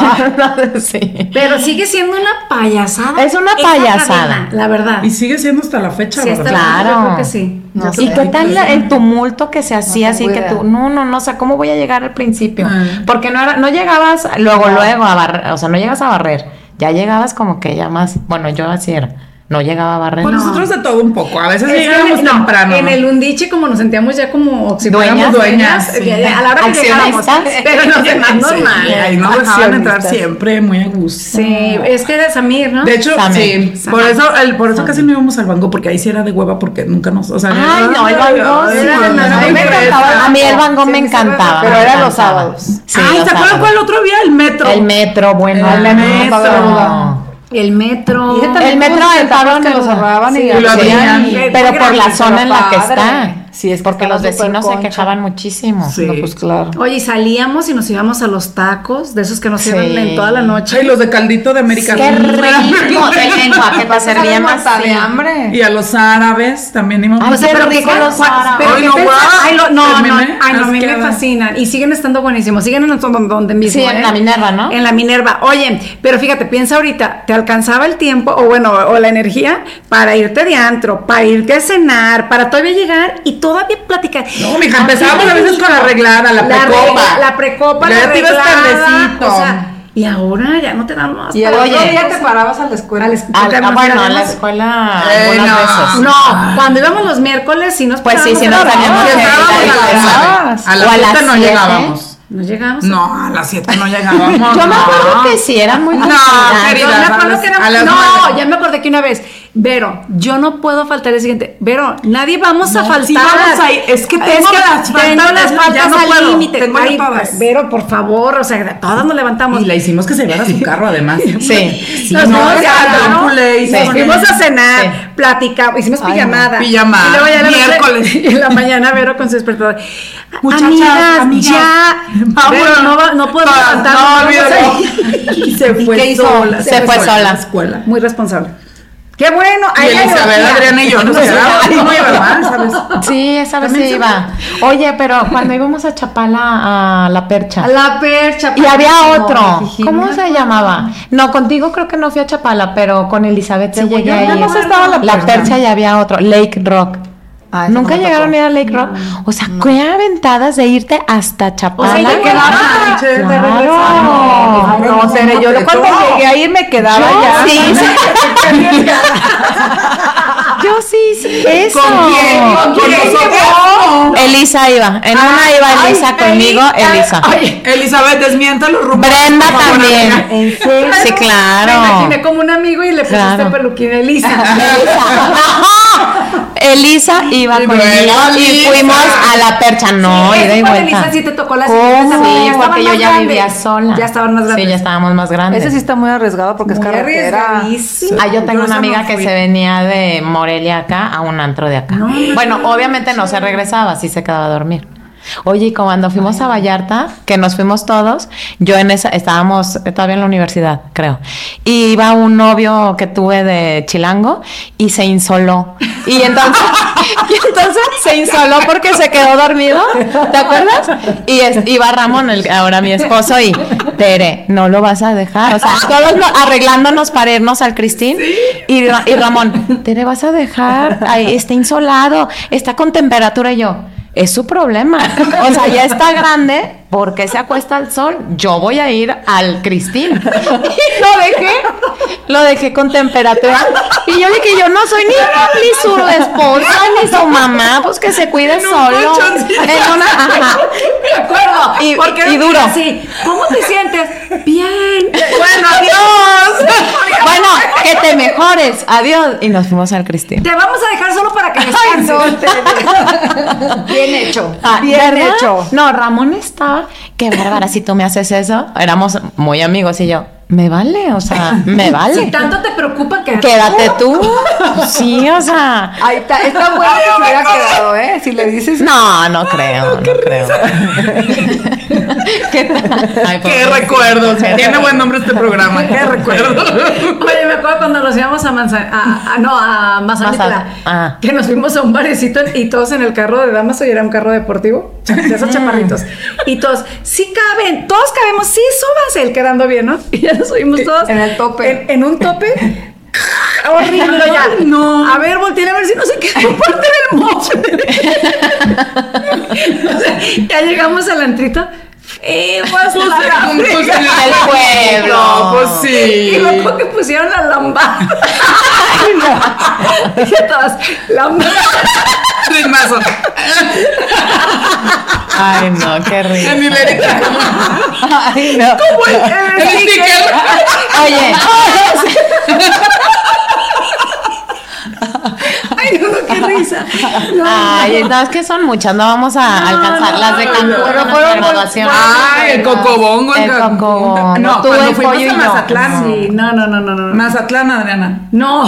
sí.
Pero sigue siendo una payasada.
Es una
esa
payasada.
cadena, La verdad.
Y sigue siendo hasta la fecha,
Sí, hasta
¿verdad?
la-
Claro.
Yo creo que sí.
No
¿Y
sé.
qué tal la- el tumulto que se hacía
No
así
tengo
que
idea.
tú, no, no, no, o sea, ¿cómo voy a llegar al principio?
Ah.
Porque no era, no llegabas luego,
Ah.
luego a barrer, o sea, no llegas a barrer, ya llegabas como que ya más, bueno, yo así era, no llegaba a barrer.
Pues
no.
nosotros de todo un poco. A veces
Es que
llegábamos
en el- no,
temprano.
En el Undiche, como nos sentíamos ya como si
Dueñas,
fuéramos dueñas,
dueñas, sí.
que a la hora que llegábamos,
Accionistas.
pero los demás
Sí,
normal.
Ahí nos dejaban entrar
Accionistas.
siempre muy a gusto.
Sí, es que era Samir, ¿no?
De hecho,
Samir.
sí, por eso, el- por eso casi no íbamos al banco, porque ahí sí era de hueva, porque nunca nos, o sea,
Ay, no, el bango
ay,
sí.
no, no,
A mí me
pobreza.
encantaba, a mí el bango
Sí,
me
sí, sí,
encantaba.
pero
me
eran los
encantaba.
sábados.
Sí,
Ay,
los
¿te acuerdas
sábados.
cuál otro día? El metro.
El metro, bueno.
El metro.
el metro.
Y ese también
El metro
tuvo sus
del
etapas
Padrón
que
en-
lo cerraban
sí,
y
lo
lo
abrían.
Sí, pero por la
grande,
zona
pero
en la que
padre.
está.
Sí, es que
porque
estaba
los vecinos se
superconcha.
quejaban muchísimo.
Sí.
No, pues claro.
Oye, y salíamos y nos íbamos a los tacos, de esos que nos
Sí.
sirven en toda la noche.
Ay, los de caldito de América.
Qué rico de lengua que te
Vas a
servía
estar
más.
muerta de
sí.
hambre.
Y a los árabes también íbamos.
Ay,
O sea,
qué
pero que
rico
cuál-
los
cuál-
árabes.
pero
Ay,
que
no,
pensa-
guau.
ay, lo- no, no,
Terminé
ay, no, a mí me
asqueada.
fascinan y siguen estando buenísimos, siguen en donde, donde mismo.
Sí, en
¿eh?
la Minerva, ¿no?
En la Minerva. Oye, pero fíjate, piensa ahorita, ¿te alcanzaba el tiempo o bueno, o la energía para irte de antro, para irte a cenar, para todavía llegar y todavía platicar?
No, mija, empezábamos a veces con la arreglada, la precopa.
regla- La precopa, la
Ya te ibas
arreglada,
tardecito.
o sea, y ahora ya no te dan más.
Y al
para-
otro
Oye.
día te parabas a la escuela.
a la escuela,
Ah,
porque además
bueno,
era
en la
más-
escuela
Eh,
algunas
no.
veces.
no,
Ah.
cuando íbamos los miércoles sí nos
Pues sí,
parábamos
sí
a
nos
las
teníamos
once,
que
Empezábamos
ir
a las
regresadas.
nueve. A las
O
siete no
siete.
llegábamos.
No llegamos.
No, a las 7 no llegábamos.
Yo me
no.
acuerdo que sí, eran muy
No,
descuidadas.
Yo
querida.
me
a
acuerdo
las-
que era-
a las
no,
nueve.
ya me acordé que una vez, Vero, yo no puedo faltar el siguiente. Vero, nadie vamos a faltar.
sí vamos a ir. Es que tengo las faltas,
tengo las
ya
faltas
no
al
puedo.
límite.
Tengo
Ay,
todas.
Vero, por favor, o sea, todas nos levantamos.
Y la hicimos que se llevara su carro, además.
Sí.
nos
no,
fuimos,
es
a cenar,
un culé,
nos
sí.
fuimos a cenar,
Sí.
platicamos, hicimos pijamada.
Pijamada,
Y luego ya en la noche-
miércoles.
y en la mañana Vero con su despertador.
Muchachas,
amigas,
amigas.
ya.
Vámonos.
Vero, no, va- no puedo
Ah,
levantar.
no,
vamos a
olvídalo.
ir.
Y se fue
qué hizo?
sola.
Se fue sola.
a la escuela.
Muy responsable. Qué bueno.
Y
ahí la
Elizabeth,
ideología.
Adriana y yo nos
Pues,
quedábamos.
ay,
No,
no,
¿verdad? ¿Sabes?
Sí, esa vez sí iba. Oye, pero cuando íbamos a Chapala a la percha.
A la percha.
Y había otro.
Fijimos.
¿Cómo se llamaba? No, contigo creo que no fui a Chapala, pero con Elizabeth sí llegué
yo
a
nada
ir.
más estaba la
La
percha.
percha y había otro, Lake Rock.
Ah, ese
Nunca
no me
llegaron a
tocó.
ir a Lake Rock. O sea, qué aventadas de irte
O
hasta
sea,
Chapala.
y te quedabas.
Che, te
Claro.
regresamos.
Ay, no, Tere, yo
te
cuando
tocó.
llegué ahí me quedaba
Yo
ya.
sí. Yo sí hice eso.
¿Con quién?
Con
¿Con nosotros?
Elisa iba. En una iba Elisa conmigo, Elisa.
Elizabeth, desmienta los rumores.
Brenda
por favor,
también.
amiga.
¿En serio?
Sí,
Me imaginé
claro.
como un amigo y le pusiste
Claro.
peluquín a Elisa.
Elisa. Ajá. Elisa iba
Y
conmigo
luego
y
Elisa.
fuimos a la percha. No,
Sí,
ida y
igual
vuelta.
Elisa sí te tocó la siguiente
¿Cómo?
semana, ya
Sí,
estaban
porque yo
más
ya
grandes.
vivía sola.
Ya estaban más
Sí,
grandes.
ya estábamos más grandes.
Ese sí está muy arriesgado porque es
Muy
carretera.
arriesgadísimo.
Ah, yo tengo
Yo
una
esa
amiga
no
que
fui.
se venía de Morelia acá a un antro de acá. bueno, obviamente no se regresaba, sí se quedaba a dormir. Oye, y cuando fuimos a Vallarta, que nos fuimos todos, yo en esa, estábamos eh, todavía en la universidad, creo, y iba un novio que tuve de Chilango y se insoló. Y entonces, y entonces se insoló porque se quedó dormido, ¿te acuerdas? Y es- iba Ramón, el- ahora mi esposo, y Tere, no lo vas a dejar. O sea, todos no- arreglándonos para irnos al Cristín. Y, Ra- y Ramón, Tere, vas a dejar, Ay, está insolado, está con temperatura. Y yo, es su problema. O sea, ya está grande, ¿por qué se acuesta al sol? Yo voy a ir al Cristín. Y lo dejé, lo dejé con temperatura. Y yo dije, yo no soy ni, ni su esposa, ni su mamá, pues que se cuide
En un
solo.
colchoncito.
En una, ajá.
Me acuerdo.
Y-
porque
y
era
duro.
Así. ¿Cómo te sientes? Bien.
Bueno, adiós.
Bueno, que te mejores, adiós. Y nos fuimos al Cristín.
Te vamos a dejar solo para que
Ay, no,
descanses.
Tere. Bien hecho.
Ah,
Bien
¿verdad?
hecho.
No, Ramón estaba, qué bárbara, si tú me haces eso. Éramos muy amigos y yo, me vale, o sea, me vale.
Si tanto te preocupa, quédate.
Quédate tú. Sí, o sea.
Ahí está, está bueno que se hubiera quedado, ¿eh? Si le dices.
No, no creo, no, creo. ¿Qué tal? Ay,
Qué
pobre.
recuerdos. Tiene buen nombre este programa. Qué recuerdos.
Oye, me acuerdo cuando nos íbamos a Manzan... A, a- no, a Mazamitla.
Mazat- ah.
Que nos fuimos a un barecito y todos en el carro de Damaso y era un carro deportivo. De esos chaparritos. Y todos, sí caben, todos cabemos, sí, súbanse. Él quedando bien, ¿no? Y ya nos subimos todos.
En el tope.
En, en un tope. Horrible ya. No. A ver, volteé a ver si no se quedó parte del moche. O sea, ya llegamos al antrito. Y pues, la
Pues,
fregada.
El pueblo.
No, pues sí.
Y luego que pusieron la lambada. Dije todas, lambada.
Tres mazos.
Ay, no, qué rico.
En mi verita.
Ay, no.
Güey,
El
eh,
sticker.
Oye,
Ay, no, no, qué risa. No,
ay, no, es que son muchas, no vamos a alcanzar las de
no,
Cancún,
no, no,
nuestra
no,
graduación.
Ah, el cocobongo. en
El
Cancún.
cocobongo.
No,
Tú,
cuando
el
fuimos
pollo
a
y yo.
Mazatlán.
Sí, no, no, no, no, no. no.
Mazatlán, Adriana.
No.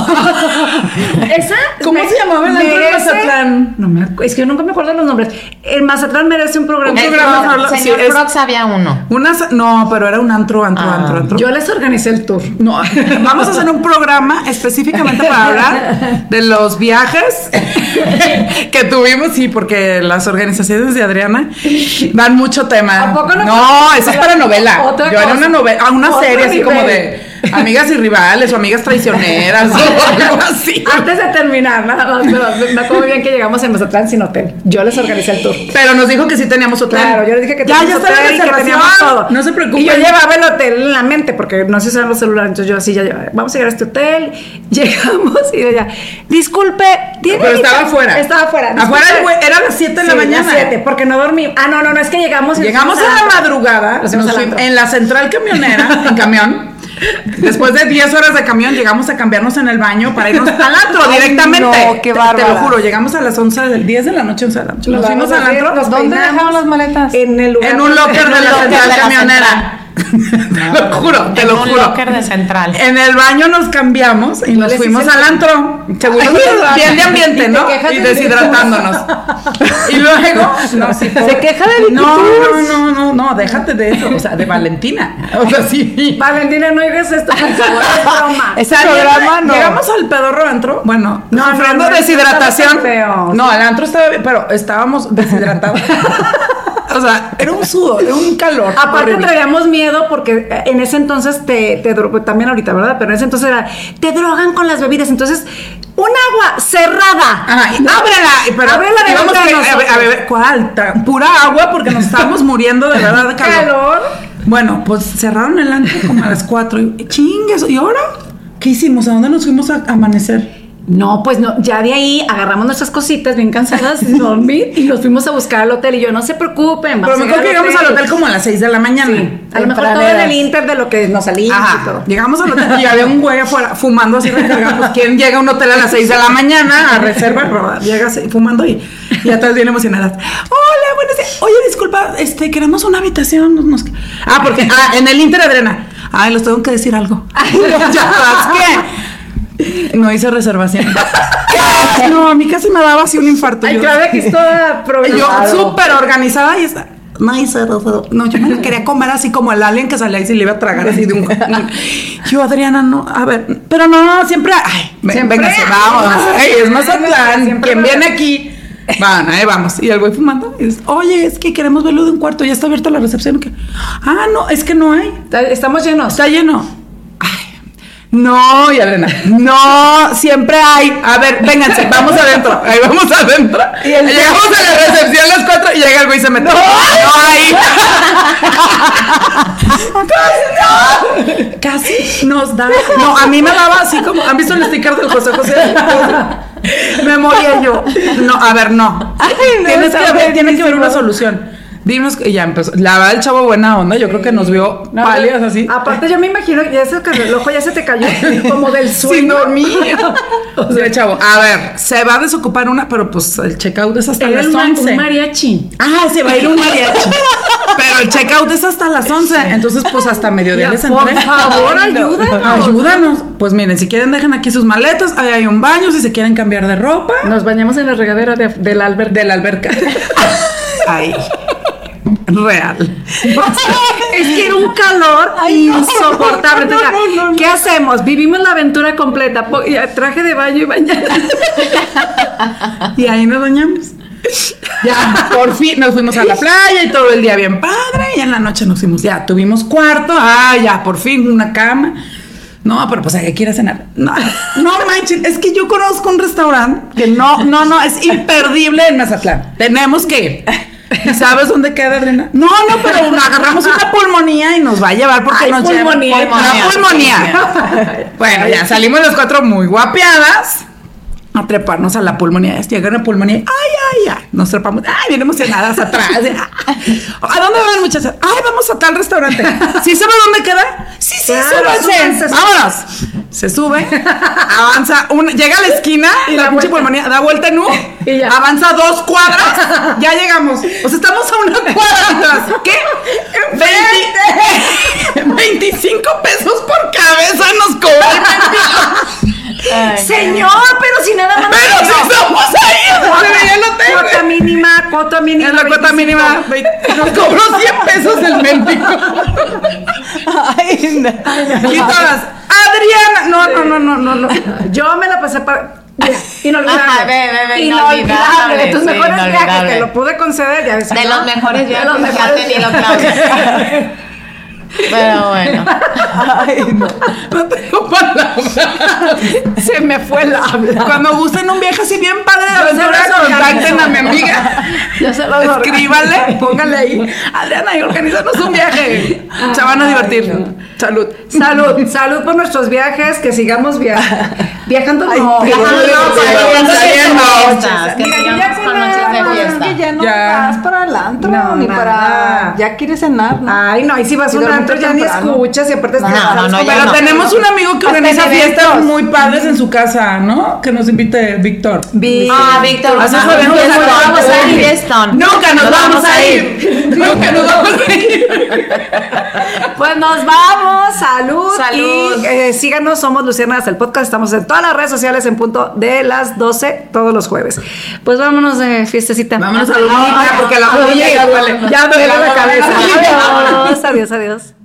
Esa.
¿Cómo
me-
se llamaba el antro de
merece-
Mazatlán?
No me acu- Es que yo nunca me acuerdo de los nombres. El Mazatlán merece un programa.
Un
El
programa
Prox-
solo- sí,
señor
es-
Prox había uno.
Unas, no, pero era un antro, antro,
Ah.
antro, antro.
Yo les organicé el tour.
No, vamos a hacer un programa específicamente para hablar de los viajes que tuvimos, sí, porque las organizaciones de Adriana dan mucho tema.
¿A poco no?
no, esa es para novela.
Otra
Yo era
cosa.
una novela, ah, una
Otro
serie así como
nivel.
de amigas y rivales o amigas traicioneras o algo así.
Antes de terminar, nada más, pero me acuerdo bien que llegamos en Mazatlán sin hotel. Yo les organicé el tour.
Pero nos dijo que sí teníamos hotel.
Claro, yo les dije que
ya, ya
teníamos
está la
hotel y que
reservación.
teníamos todo.
No se preocupen.
Y yo llevaba el hotel en la mente porque no se usaban los celulares. Entonces yo así ya llevaba, vamos a llegar a este hotel. Llegamos y ella, disculpe, ¿tiene
Pero estaba
ahorita-"
afuera.
Estaba afuera.
Afuera
"Disculpe".
güey, era las 7 de la
Sí,
mañana.
las siete, porque no dormí. Ah, no, no, no, es que llegamos. y nos
Llegamos
fuimos
a la
antro.
madrugada
Nos fuimos
nos
al
fuimos
antro.
en la central camionera, en camión. Después de 10 horas de camión, llegamos a cambiarnos en el baño para irnos al antro
Ay,
directamente.
no, qué
Te- te, lo
bárbaras.
juro, llegamos a las 11 del 10 de la noche, 11 de la noche. Nos
Nos
fuimos al
vamos a hacer-
antro
nos
¿Dónde
peinamos
dejaron las maletas?
En el lugar.
en un locker de
un
la
locker de
central
la
camionera. te lo juro, te
En
lo
un
juro.
locker de central.
En el baño nos cambiamos y nos
les
fuimos
hice
al antro. Seguro
Ay,
bien de ambiente,
y te
¿no?
quejas
Y
de-
deshidratándonos. y luego. No, sí, pobre.
Se queja de
No, no,
actitudes.
no, no, no, déjate de eso. O sea, de Valentina. O sea, sí.
Valentina, no digas esto, por favor, es broma.
Ese programa no.
Llegamos al pedorro antro. Bueno,
No,
sufriendo
no, no,
deshidratación.
estaba feo.
No, el antro estaba bien, pero estábamos deshidratados. o sea, era un sudor, era un calor.
Aparte
horrible.
traíamos miedo porque eh, en ese entonces te, te dro- pues, también ahorita, ¿verdad? Pero en ese entonces era, te drogan con las bebidas. Entonces, un agua cerrada.
Ajá, y- ábrela, y- pero
Ábrela de
íbamos
vuelta
que-
a
a, ver,
nosotros.
a ver, ¿cuál? Tan- Pura agua porque nos estábamos muriendo de verdad de calor.
Calor.
Bueno, pues cerraron el antro como a las 4 y chingues, ¿y ahora? ¿Qué hicimos? ¿A dónde nos fuimos a amanecer?
No, pues no, ya de ahí agarramos nuestras cositas bien cansadas de dormir y nos fuimos a buscar al hotel. Y yo, no se preocupen,
Pero
vamos
me
a
acuerdo que
llegar
llegamos al hotel como a las 6 de la mañana.
A lo mejor todo en el inter de lo que nos salimos y
Ajá.
todo.
Llegamos al hotel y había un güey afuera fumando así recargado. Pues, ¿Quién llega a un hotel a las 6 de la mañana a reserva? ¿verdad? Llega así, fumando y, y atrás bien emocionadas. Hola, buenas días. Oye, disculpa, este, queremos una habitación. no- nos- Ah, porque ah, en el Inter Adrena. Ay, los tengo que decir algo. ya ¿qué? No hice reservación. no, a mí casi me daba así un infarto.
Ay,
Yo-
Claudia, que es toda
yo
problemática.
súper organizada y está. No, y cero, cero. no, yo me la quería comer así como el alien que salía y se le iba a tragar así de un. Yo, Adriana, no, a ver, pero no, no, siempre. Ay, ve-
Siempre.
véngase, vamos. Ay, es Mazatlán.
Siempre
Quien
va-
viene aquí. Van, ahí vamos. Y el güey fumando. y dice, Oye, es que queremos verlo de un cuarto. Ya está abierta la recepción. ¿qué? Ah, no, es que no hay.
Estamos llenos.
Está lleno. Ay, no, y Adriana, no, siempre hay. A ver, vénganse, vamos adentro. Ahí vamos adentro. Llegamos a la recepción a las cuatro y llega el güey y se mete. No, hay. Casi, nos da. No, a mí me daba así como. ¿Han visto el sticker del José José? Me moría yo. No, a ver, no. Tienes que haber, tiene que haber una solución. Dinos, que- ya empezó. La verdad, el chavo buena onda. Yo creo que nos vio
No,
pálidas
pero-
así.
Aparte, yo me imagino que ya se, que el ojo ya se te cayó como del sueño.
Sin dormir. o sea, chavo, a ver, se va a desocupar una, pero pues el checkout es hasta
Era
las
un, ma- un
11.
mariachi.
Ah, se va a ir un mariachi. Pero el checkout es hasta las 11. Entonces, pues hasta mediodía les entré.
Por favor, ayúdanos.
Ayúdanos. Pues miren, si quieren, dejen aquí sus maletas. Ahí hay un baño. Si se quieren cambiar de ropa,
Nos bañamos en la regadera de- del albergue.
de la alberca. Ahí. Real.
Es que era un calor insoportable.
no,
Entonces,
no, no, no.
¿Qué hacemos? Vivimos la aventura completa. Po- y eh, Traje de baño y bañada.
Y ahí nos bañamos. Ya, por fin nos fuimos a la playa y todo el día bien padre. Y en la noche nos fuimos, ya tuvimos cuarto. Ah, ya, por fin una cama. No, pero pues hay que ir a cenar. No, no manchen, es que yo conozco un restaurante que no, no, no, es imperdible en Mazatlán. Tenemos que ir. ¿Y ¿Sabes dónde queda Adriana? No, no, pero agarramos una pulmonía y nos va a llevar porque
Ay,
nos lleva-
pulmonía,
Una pulmonía. bueno, ya salimos los cuatro muy guapeadas a treparnos a la pulmonía. Llegaron a pulmonía. Ay, ay, ay. Nos trepamos. Ay, bien emocionadas atrás. Ah, ¿A dónde van, muchachas? Ay, vamos a tal restaurante. ¿Sí sabe dónde queda? Sí, sí,
Claro,
súbanse.
súbanse, súbanse.
Vámonos. Se sube, avanza, una- llega a la esquina,
Y
la
da
pinche
vuelta.
pulmonía, da vuelta en U,
Y ya.
avanza dos cuadras, ya llegamos. O sea, estamos a una cuadra atrás. ¿Qué? 20 25 pesos por cabeza nos cobran.
Señor, pero si nada más.
Ah, Pero si estamos ahí, o sea, ya lo tengo.
Cuota mínima, cuota mínima.
Es la cuota
25.
mínima. veinte- Nos cobró 100 pesos el mendigo.
Ay, no.
Y todas, Adriana. No, no, no, no, no. no.
Yo me la pasé para. Mira, Inolvidable.
Ajá, ve, ve, ve,
inolvidable.
inolvidable,
De tus
sí,
mejores viajes,
inolvidable.
te lo pude conceder. Ya ves,
De
¿no?
los mejores
De
viajes
los
que ha
mejores
tenido
viajes.
Claudia. Pero bueno.
Ay, no.
No tengo palabras.
Se me fue el habla.
Cuando gusten un viaje así bien padre de
Yo se
aventura,
los organizo.
contacten a mi amiga.
Yo se los organizo.
Escríbanle, póngale ahí. Adriana, y organizanos un viaje. Se van a divertir. Salud.
Salud, salud por nuestros viajes, que sigamos viajando. Viajando
Ay,
no,
pero-
viajando
pero-
no,
pero-
viajando
pero-
no.
fiestas, que
Mira, yo ya
sigamos con
con
noches de
agua.
fiesta.
Es que ya no
Ya.
vas para el antro
No, Ah,
ni
nada.
para. Ya quieres cenar, ¿no?
Ay, no, y si vas a
Y
un
dormir
antro ya ni
temprano.
escuchas y aparte
No, no, no, ya
Pero
no.
tenemos un amigo que
Hasta
organiza
en
fiestas
eventos.
muy padres en su casa, ¿no? Que nos invite Víctor.
Ah, Víctor,
Así
no,
fue,
no,
Víctor.
no, no, vamos a ir. Fiestón.
Nunca nos vamos a ir. Nunca nos vamos a ir.
Pues nos vamos, salud.
Salud.
Y eh, síganos, somos Luciana hasta el podcast. Estamos en todas las redes sociales en punto de las 12 todos los jueves. Pues vámonos de fiestecita.
Vámonos a la bonita, porque la
Ay,
rodilla ya duele.
Ya duele la
Vámonos.
cabeza. Adiós, adiós, adiós.